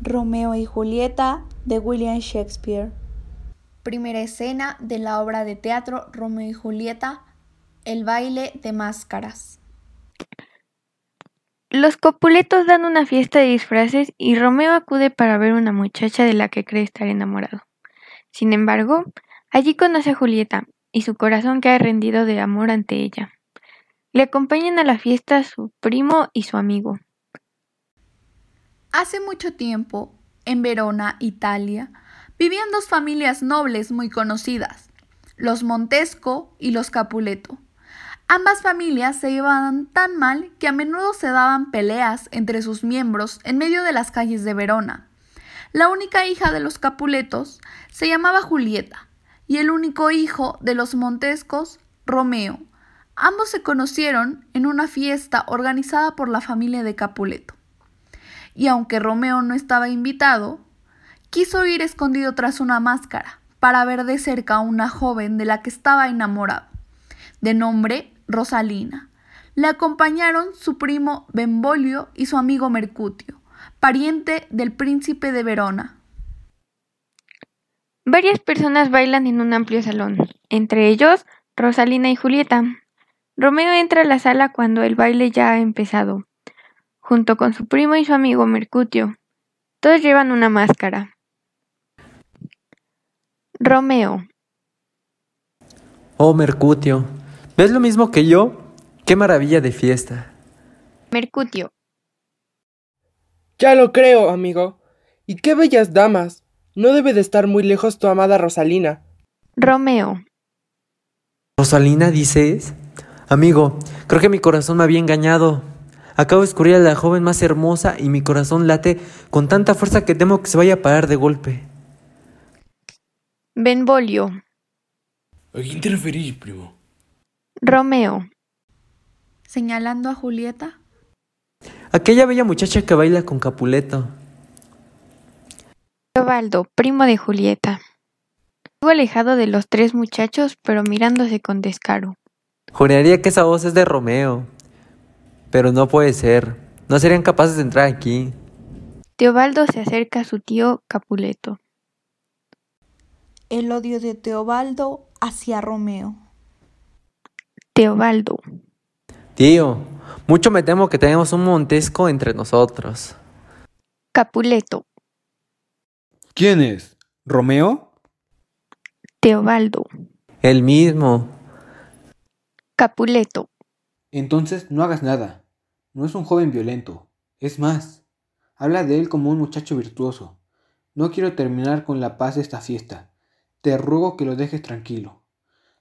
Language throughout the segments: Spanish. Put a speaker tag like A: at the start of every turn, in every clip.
A: Romeo y Julieta de William Shakespeare.
B: Primera escena de la obra de teatro Romeo y Julieta, El baile de máscaras.
C: Los copuletos dan una fiesta de disfraces y Romeo acude para ver una muchacha de la que cree estar enamorado. Sin embargo, allí conoce a Julieta y su corazón cae rendido de amor ante ella. Le acompañan a la fiesta su primo y su amigo.
B: Hace mucho tiempo, en Verona, Italia, vivían dos familias nobles muy conocidas, los Montesco y los Capuleto. Ambas familias se llevaban tan mal que a menudo se daban peleas entre sus miembros en medio de las calles de Verona. La única hija de los Capuletos se llamaba Julieta y el único hijo de los Montescos, Romeo. Ambos se conocieron en una fiesta organizada por la familia de Capuleto. Y aunque Romeo no estaba invitado, quiso ir escondido tras una máscara para ver de cerca a una joven de la que estaba enamorado, de nombre Rosalina. Le acompañaron su primo Benvolio y su amigo Mercutio, pariente del príncipe de Verona.
C: Varias personas bailan en un amplio salón, entre ellos Rosalina y Julieta. Romeo entra a la sala cuando el baile ya ha empezado, junto con su primo y su amigo Mercutio. Todos llevan una máscara. Romeo.
D: Oh, Mercutio, ¿ves lo mismo que yo? ¡Qué maravilla de fiesta!
C: Mercutio.
E: Ya lo creo, amigo. Y qué bellas damas. No debe de estar muy lejos tu amada Rosalina.
C: Romeo.
D: ¿Rosalina dices? Amigo, creo que mi corazón me había engañado. Acabo de descubrir a la joven más hermosa y mi corazón late con tanta fuerza que temo que se vaya a parar de golpe.
C: Benvolio.
F: ¿A quién te referís, primo?
C: Romeo.
B: Señalando a Julieta.
D: Aquella bella muchacha que baila con Capuleto.
C: Teobaldo, primo de Julieta. Estuvo alejado de los tres muchachos, pero mirándose con descaro.
D: Juraría que esa voz es de Romeo. Pero no puede ser. No serían capaces de entrar aquí.
C: Teobaldo se acerca a su tío Capuleto.
A: El odio de Teobaldo hacia Romeo.
C: Teobaldo.
D: Tío, mucho me temo que tenemos un Montesco entre nosotros.
C: Capuleto.
F: ¿Quién es? ¿Romeo?
C: Teobaldo.
D: El mismo.
C: Capuleto.
G: Entonces no hagas nada. No es un joven violento. Es más, habla de él como un muchacho virtuoso. No quiero terminar con la paz de esta fiesta. Te ruego que lo dejes tranquilo.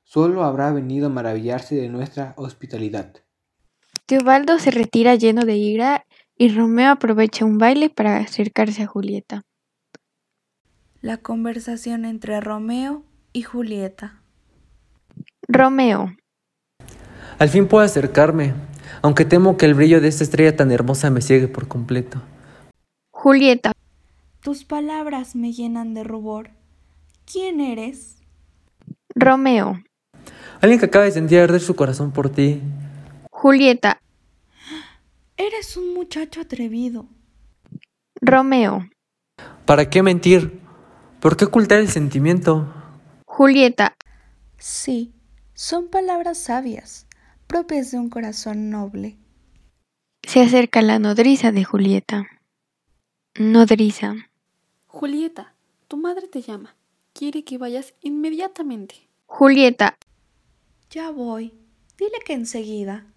G: Solo habrá venido a maravillarse de nuestra hospitalidad.
C: Teobaldo se retira lleno de ira y Romeo aprovecha un baile para acercarse a Julieta.
A: La conversación entre Romeo y Julieta.
C: Romeo.
D: Al fin puedo acercarme, aunque temo que el brillo de esta estrella tan hermosa me ciegue por completo.
C: Julieta.
A: Tus palabras me llenan de rubor. ¿Quién eres?
C: Romeo.
D: Alguien que acaba de sentir arder su corazón por ti.
C: Julieta.
A: Eres un muchacho atrevido.
C: Romeo.
D: ¿Para qué mentir? ¿Por qué ocultar el sentimiento?
C: Julieta.
A: Sí, son palabras sabias, propias de un corazón noble.
C: Se acerca la nodriza de Julieta. Nodriza.
H: Julieta, tu madre te llama. Quiere que vayas inmediatamente.
C: Julieta.
A: Ya voy. Dile que enseguida.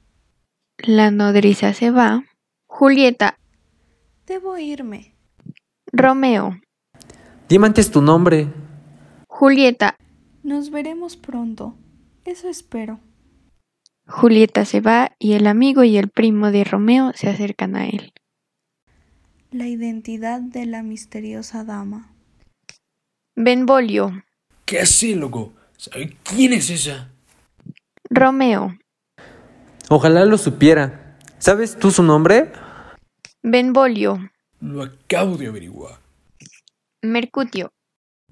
C: La nodriza se va. Julieta.
A: Debo irme.
C: Romeo.
D: Dime antes tu nombre.
C: Julieta.
A: Nos veremos pronto. Eso espero.
C: Julieta se va y el amigo y el primo de Romeo se acercan a él.
A: La identidad de la misteriosa dama.
C: Benvolio.
F: ¿Qué hace, loco? ¿Sabes quién es esa?
C: Romeo.
D: Ojalá lo supiera. ¿Sabes tú su nombre?
C: Benvolio.
F: Lo acabo de averiguar.
C: Mercutio.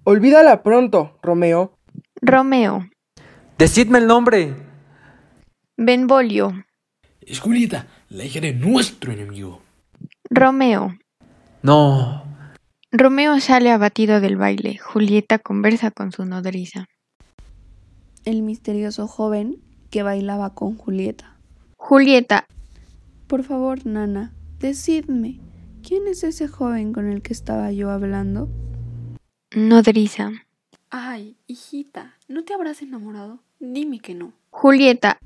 E: Olvídala pronto, Romeo.
C: Romeo.
D: Decidme el nombre.
C: Benvolio.
F: Es Julieta, la hija de nuestro enemigo.
C: Romeo.
D: No.
C: Romeo sale abatido del baile. Julieta conversa con su nodriza.
H: El misterioso joven que bailaba con Julieta.
C: Julieta,
H: Por favor, Nana, decidme, ¿quién es ese joven con el que estaba yo hablando?
C: nodriza.
H: Ay, hijita, ¿no te habrás enamorado? Dime que no.
C: Julieta,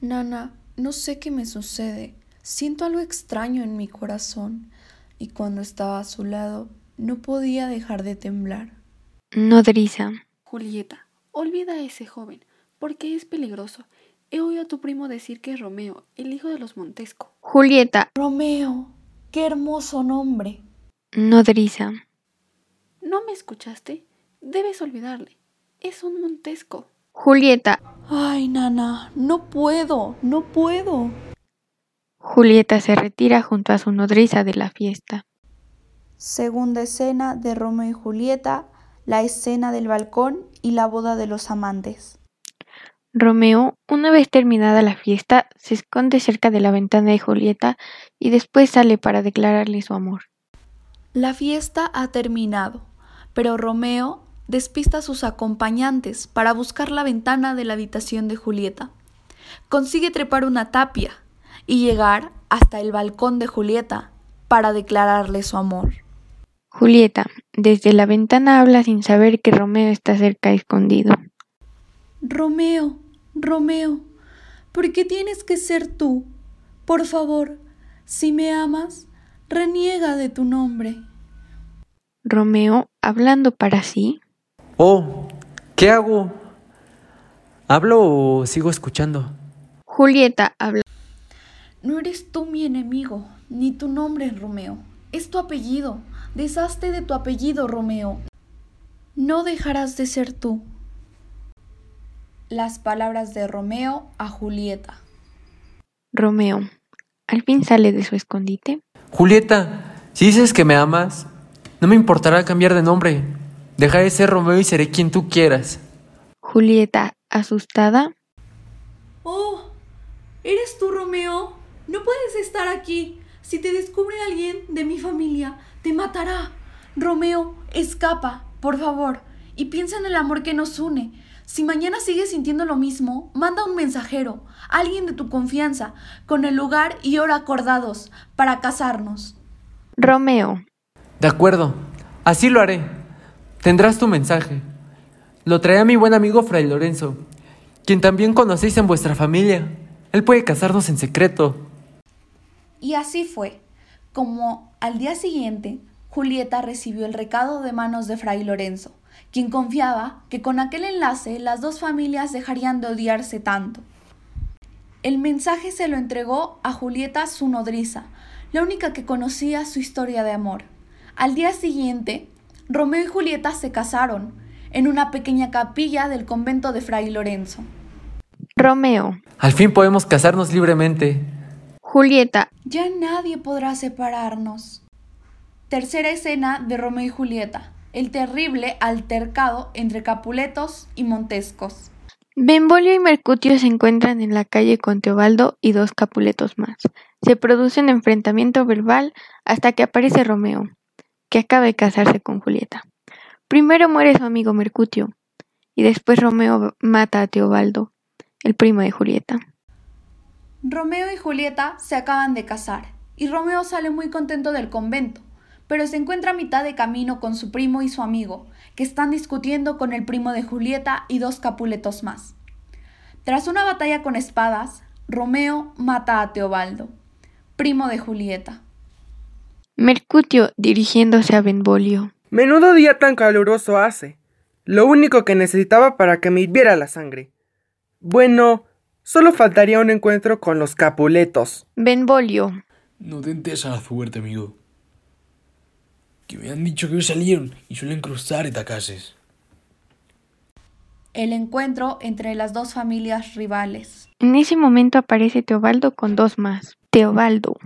B: Nana, no sé qué me sucede. Siento algo extraño en mi corazón y cuando estaba a su lado no podía dejar de temblar.
C: nodriza.
H: Julieta, olvida a ese joven, porque es peligroso. He oído a tu primo decir que es Romeo, el hijo de los Montesco.
C: Julieta,
B: Romeo, qué hermoso nombre.
C: nodriza.
H: ¿No me escuchaste? Debes olvidarle. Es un Montesco.
C: Julieta,
B: Ay, Nana, no puedo, no puedo.
C: Julieta se retira junto a su nodriza de la fiesta.
A: Segunda escena de Romeo y Julieta, la escena del balcón y la boda de los amantes.
C: Romeo, una vez terminada la fiesta, se esconde cerca de la ventana de Julieta y después sale para declararle su amor.
B: La fiesta ha terminado, pero Romeo despista a sus acompañantes para buscar la ventana de la habitación de Julieta. Consigue trepar una tapia y llegar hasta el balcón de Julieta para declararle su amor.
C: Julieta, desde la ventana habla sin saber que Romeo está cerca escondido.
B: Romeo, Romeo, ¿por qué tienes que ser tú? Por favor, si me amas, reniega de tu nombre.
C: Romeo, hablando para sí,
D: Oh, ¿qué hago? ¿Hablo o sigo escuchando?
C: Julieta habla.
B: No eres tú mi enemigo, ni tu nombre, Romeo. Es tu apellido. Deshazte de tu apellido, Romeo. No dejarás de ser tú. Las palabras de Romeo a Julieta.
C: Romeo, al fin sale de su escondite.
D: Julieta, si dices que me amas, no me importará cambiar de nombre. Dejaré de ser Romeo y seré quien tú quieras.
C: Julieta, asustada,
B: ¡Oh! ¿Eres tú, Romeo? No puedes estar aquí. Si te descubre alguien de mi familia, te matará. Romeo, escapa, por favor, y piensa en el amor que nos une. Si mañana sigues sintiendo lo mismo, manda un mensajero, alguien de tu confianza, con el lugar y hora acordados, para casarnos.
C: Romeo,
D: De acuerdo, así lo haré. Tendrás tu mensaje. Lo trae a mi buen amigo Fray Lorenzo, quien también conocéis en vuestra familia. Él puede casarnos en secreto.
B: Y así fue, como al día siguiente Julieta recibió el recado de manos de Fray Lorenzo, quien confiaba que con aquel enlace las dos familias dejarían de odiarse tanto. El mensaje se lo entregó a Julieta su nodriza, la única que conocía su historia de amor. Al día siguiente, Romeo y Julieta se casaron en una pequeña capilla del convento de Fray Lorenzo.
C: Romeo,
D: Al fin podemos casarnos libremente.
C: Julieta,
B: Ya nadie podrá separarnos. Tercera escena de Romeo y Julieta. El terrible altercado entre Capuletos y Montescos.
C: Benvolio y Mercutio se encuentran en la calle con Teobaldo y dos capuletos más. Se produce un enfrentamiento verbal hasta que aparece Romeo, que acaba de casarse con Julieta. Primero muere su amigo Mercutio, y después Romeo mata a Teobaldo, el primo de Julieta.
B: Romeo y Julieta se acaban de casar y Romeo sale muy contento del convento, pero se encuentra a mitad de camino con su primo y su amigo, que están discutiendo con el primo de Julieta y dos Capuletos más. Tras una batalla con espadas, Romeo mata a Teobaldo, primo de Julieta.
C: Mercutio dirigiéndose a Benvolio.
E: Menudo día tan caluroso hace. Lo único que necesitaba para que me hirviera la sangre. Bueno, solo faltaría un encuentro con los Capuletos.
C: Benvolio,
F: No tentes a la suerte, amigo. Que me han dicho que hoy salieron y suelen cruzar etacases.
B: el encuentro entre las dos familias rivales.
C: en ese momento aparece Teobaldo con dos más. Teobaldo,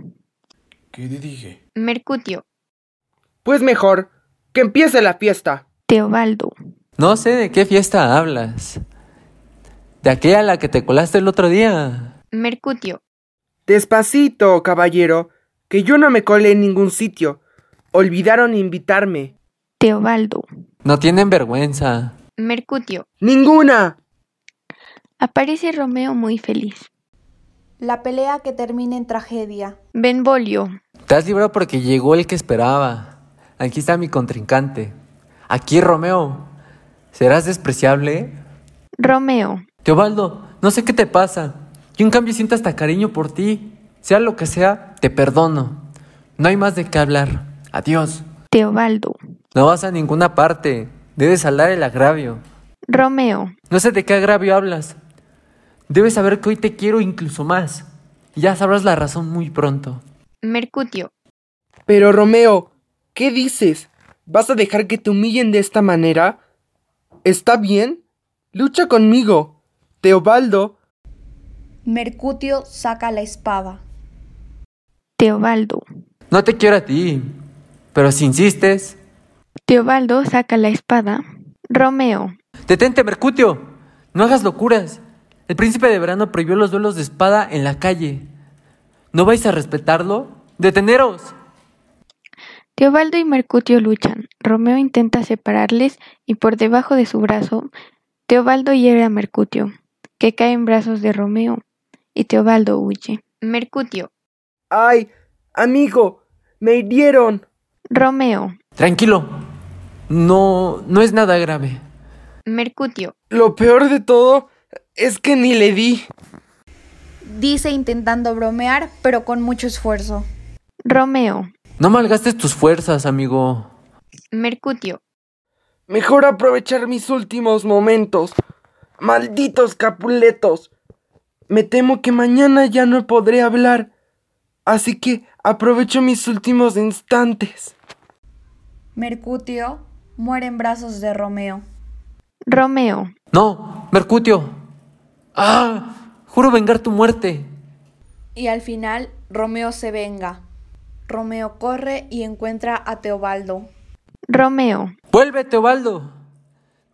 F: ¿Qué te dije?
C: Mercutio,
E: Pues mejor, que empiece la fiesta.
C: Teobaldo,
D: No sé de qué fiesta hablas. De aquella a la que te colaste el otro día.
C: Mercutio,
E: Despacito, caballero, que yo no me colé en ningún sitio. Olvidaron invitarme.
C: Teobaldo,
D: No tienen vergüenza.
C: Mercutio.
E: ¡Ninguna!
C: Aparece Romeo muy feliz.
B: La pelea que termina en tragedia.
C: Benvolio,
D: Te has librado porque llegó el que esperaba. Aquí está mi contrincante. Aquí, Romeo. ¿Serás despreciable?
C: Romeo,
D: Teobaldo, no sé qué te pasa. Yo en cambio siento hasta cariño por ti. Sea lo que sea, te perdono. No hay más de qué hablar. Adiós.
C: Teobaldo,
D: No vas a ninguna parte. Debes hablar el agravio.
C: Romeo,
D: No sé de qué agravio hablas. Debes saber que hoy te quiero incluso más. Ya sabrás la razón muy pronto.
C: Mercutio,
E: Pero Romeo, ¿qué dices? ¿Vas a dejar que te humillen de esta manera? ¿Está bien? Lucha conmigo. Teobaldo,
B: Mercutio saca la espada.
C: Teobaldo.
D: No te quiero a ti. Pero si insistes,
C: Teobaldo saca la espada. Romeo,
D: Detente, Mercutio. No hagas locuras. El príncipe de verano prohibió los duelos de espada en la calle. ¿No vais a respetarlo? ¡Deteneros!
C: Teobaldo y Mercutio luchan. Romeo intenta separarles y por debajo de su brazo, Teobaldo hiere a Mercutio, que cae en brazos de Romeo, y Teobaldo huye. Mercutio,
E: ay, amigo, me hirieron.
C: Romeo,
D: Tranquilo. No, no es nada grave.
C: Mercutio,
E: Lo peor de todo es que ni le di.
B: Dice intentando bromear, pero con mucho esfuerzo.
C: Romeo,
D: No malgastes tus fuerzas, amigo.
C: Mercutio,
E: Mejor aprovechar mis últimos momentos. Malditos capuletos. Me temo que mañana ya no podré hablar. Así que aprovecho mis últimos instantes.
B: Mercutio muere en brazos de Romeo.
C: Romeo,
D: No, Mercutio. ¡Ah! Juro vengar tu muerte.
B: Y al final, Romeo se venga. Romeo corre y encuentra a Teobaldo.
C: Romeo,
D: ¡Vuelve, Teobaldo!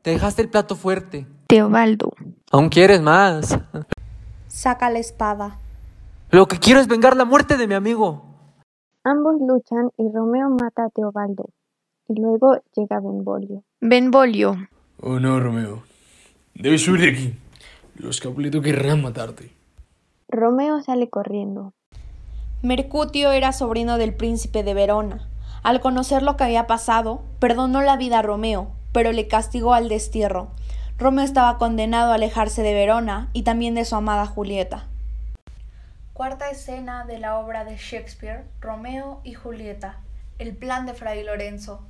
D: Te dejaste el plato fuerte.
C: Teobaldo,
D: Aún quieres más.
B: Saca la espada.
D: Lo que quiero es vengar la muerte de mi amigo.
C: Ambos luchan y Romeo mata a Teobaldo. Y luego llega Benvolio. Benvolio,
F: Oh no, Romeo. Debes huir de aquí. Los Capuleto querrán matarte.
C: Romeo sale corriendo.
B: Mercutio era sobrino del príncipe de Verona. Al conocer lo que había pasado, perdonó la vida a Romeo, pero le castigó al destierro. Romeo estaba condenado a alejarse de Verona y también de su amada Julieta. Cuarta escena de la obra de Shakespeare, Romeo y Julieta. El plan de Fray Lorenzo.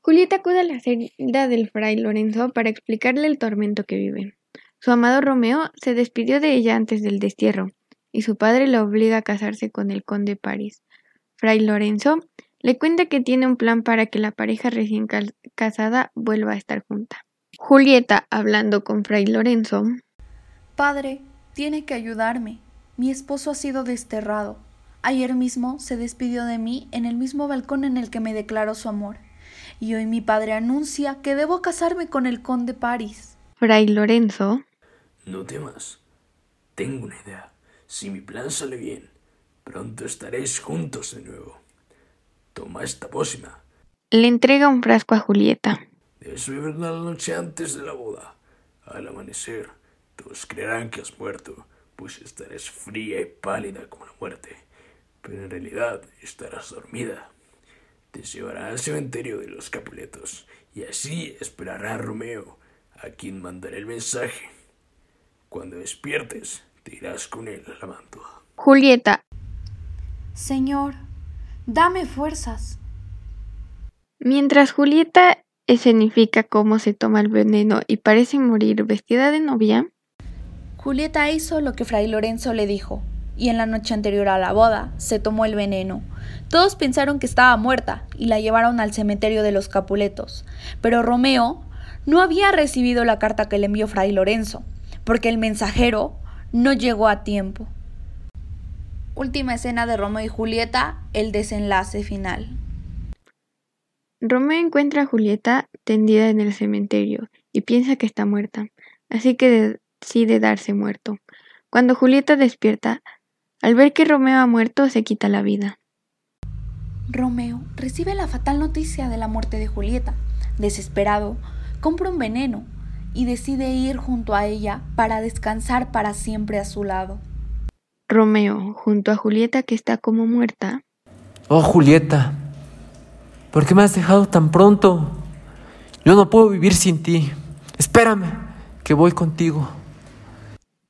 C: Julieta acude a la celda del fray Lorenzo para explicarle el tormento que vive. Su amado Romeo se despidió de ella antes del destierro, y su padre la obliga a casarse con el conde París. Fray Lorenzo le cuenta que tiene un plan para que la pareja recién cal- casada vuelva a estar junta. Julieta, hablando con Fray Lorenzo,
I: Padre, tiene que ayudarme. Mi esposo ha sido desterrado. Ayer mismo se despidió de mí en el mismo balcón en el que me declaró su amor. Y hoy mi padre anuncia que debo casarme con el conde París.
C: Fray Lorenzo,
F: No temas. Tengo una idea. Si mi plan sale bien, pronto estaréis juntos de nuevo. Toma esta pócima.
C: le entrega un frasco a Julieta.
F: Debes beberla la noche antes de la boda. Al amanecer, todos creerán que has muerto, pues estarás fría y pálida como la muerte. Pero en realidad estarás dormida. Te llevará al cementerio de los Capuletos y así esperará a Romeo, a quien mandaré el mensaje. Cuando despiertes, te irás con él a la mantua.
C: Julieta,
I: Señor, dame fuerzas.
C: Mientras Julieta escenifica cómo se toma el veneno y parece morir vestida de novia,
B: Julieta hizo lo que Fray Lorenzo le dijo, y en la noche anterior a la boda se tomó el veneno. Todos pensaron que estaba muerta y la llevaron al cementerio de los Capuletos, pero Romeo no había recibido la carta que le envió Fray Lorenzo, porque el mensajero no llegó a tiempo. Última escena de Romeo y Julieta, el desenlace final.
C: Romeo encuentra a Julieta tendida en el cementerio y piensa que está muerta, así que decide darse muerto. Cuando Julieta despierta, al ver que Romeo ha muerto, se quita la vida.
B: Romeo recibe la fatal noticia de la muerte de Julieta. Desesperado, compra un veneno y decide ir junto a ella para descansar para siempre a su lado.
C: Romeo, junto a Julieta que está como muerta.
D: Oh, Julieta, ¿por qué me has dejado tan pronto? Yo no puedo vivir sin ti. Espérame, que voy contigo.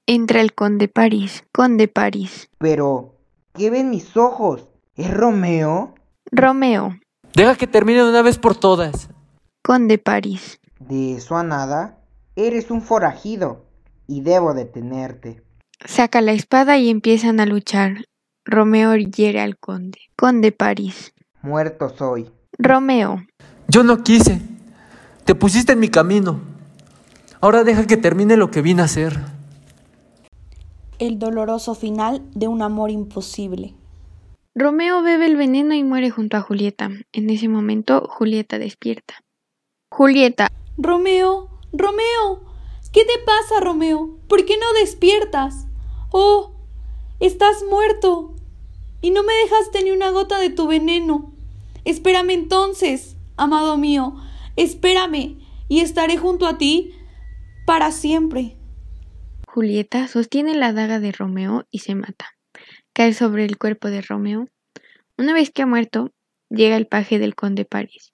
C: Entra el conde París, conde París.
J: Pero, ¿qué ven mis ojos? ¿Es Romeo?
C: Romeo,
D: Deja que termine de una vez por todas.
C: conde París.
J: De eso a nada, eres un forajido y debo detenerte.
C: Saca la espada y empiezan a luchar. Romeo hiere al conde. Conde París.
J: Muerto soy.
C: Romeo.
D: Yo no quise. Te pusiste en mi camino. Ahora deja que termine lo que vine a hacer.
B: El doloroso final de un amor imposible.
C: Romeo bebe el veneno y muere junto a Julieta. En ese momento, Julieta despierta. Julieta.
B: Romeo, Romeo, ¿qué te pasa, Romeo? ¿Por qué no despiertas? Oh, estás muerto y no me dejaste ni una gota de tu veneno. Espérame entonces, amado mío, espérame y estaré junto a ti para siempre.
C: Julieta sostiene la daga de Romeo y se mata. Cae sobre el cuerpo de Romeo. Una vez que ha muerto, llega el paje del conde París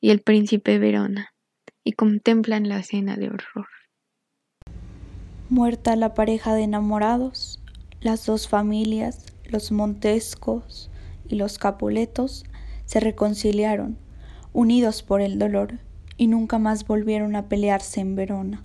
C: y el príncipe Verona y contemplan la escena de horror.
B: Muerta la pareja de enamorados, las dos familias, los Montescos y los Capuletos, se reconciliaron, unidos por el dolor, y nunca más volvieron a pelearse en Verona.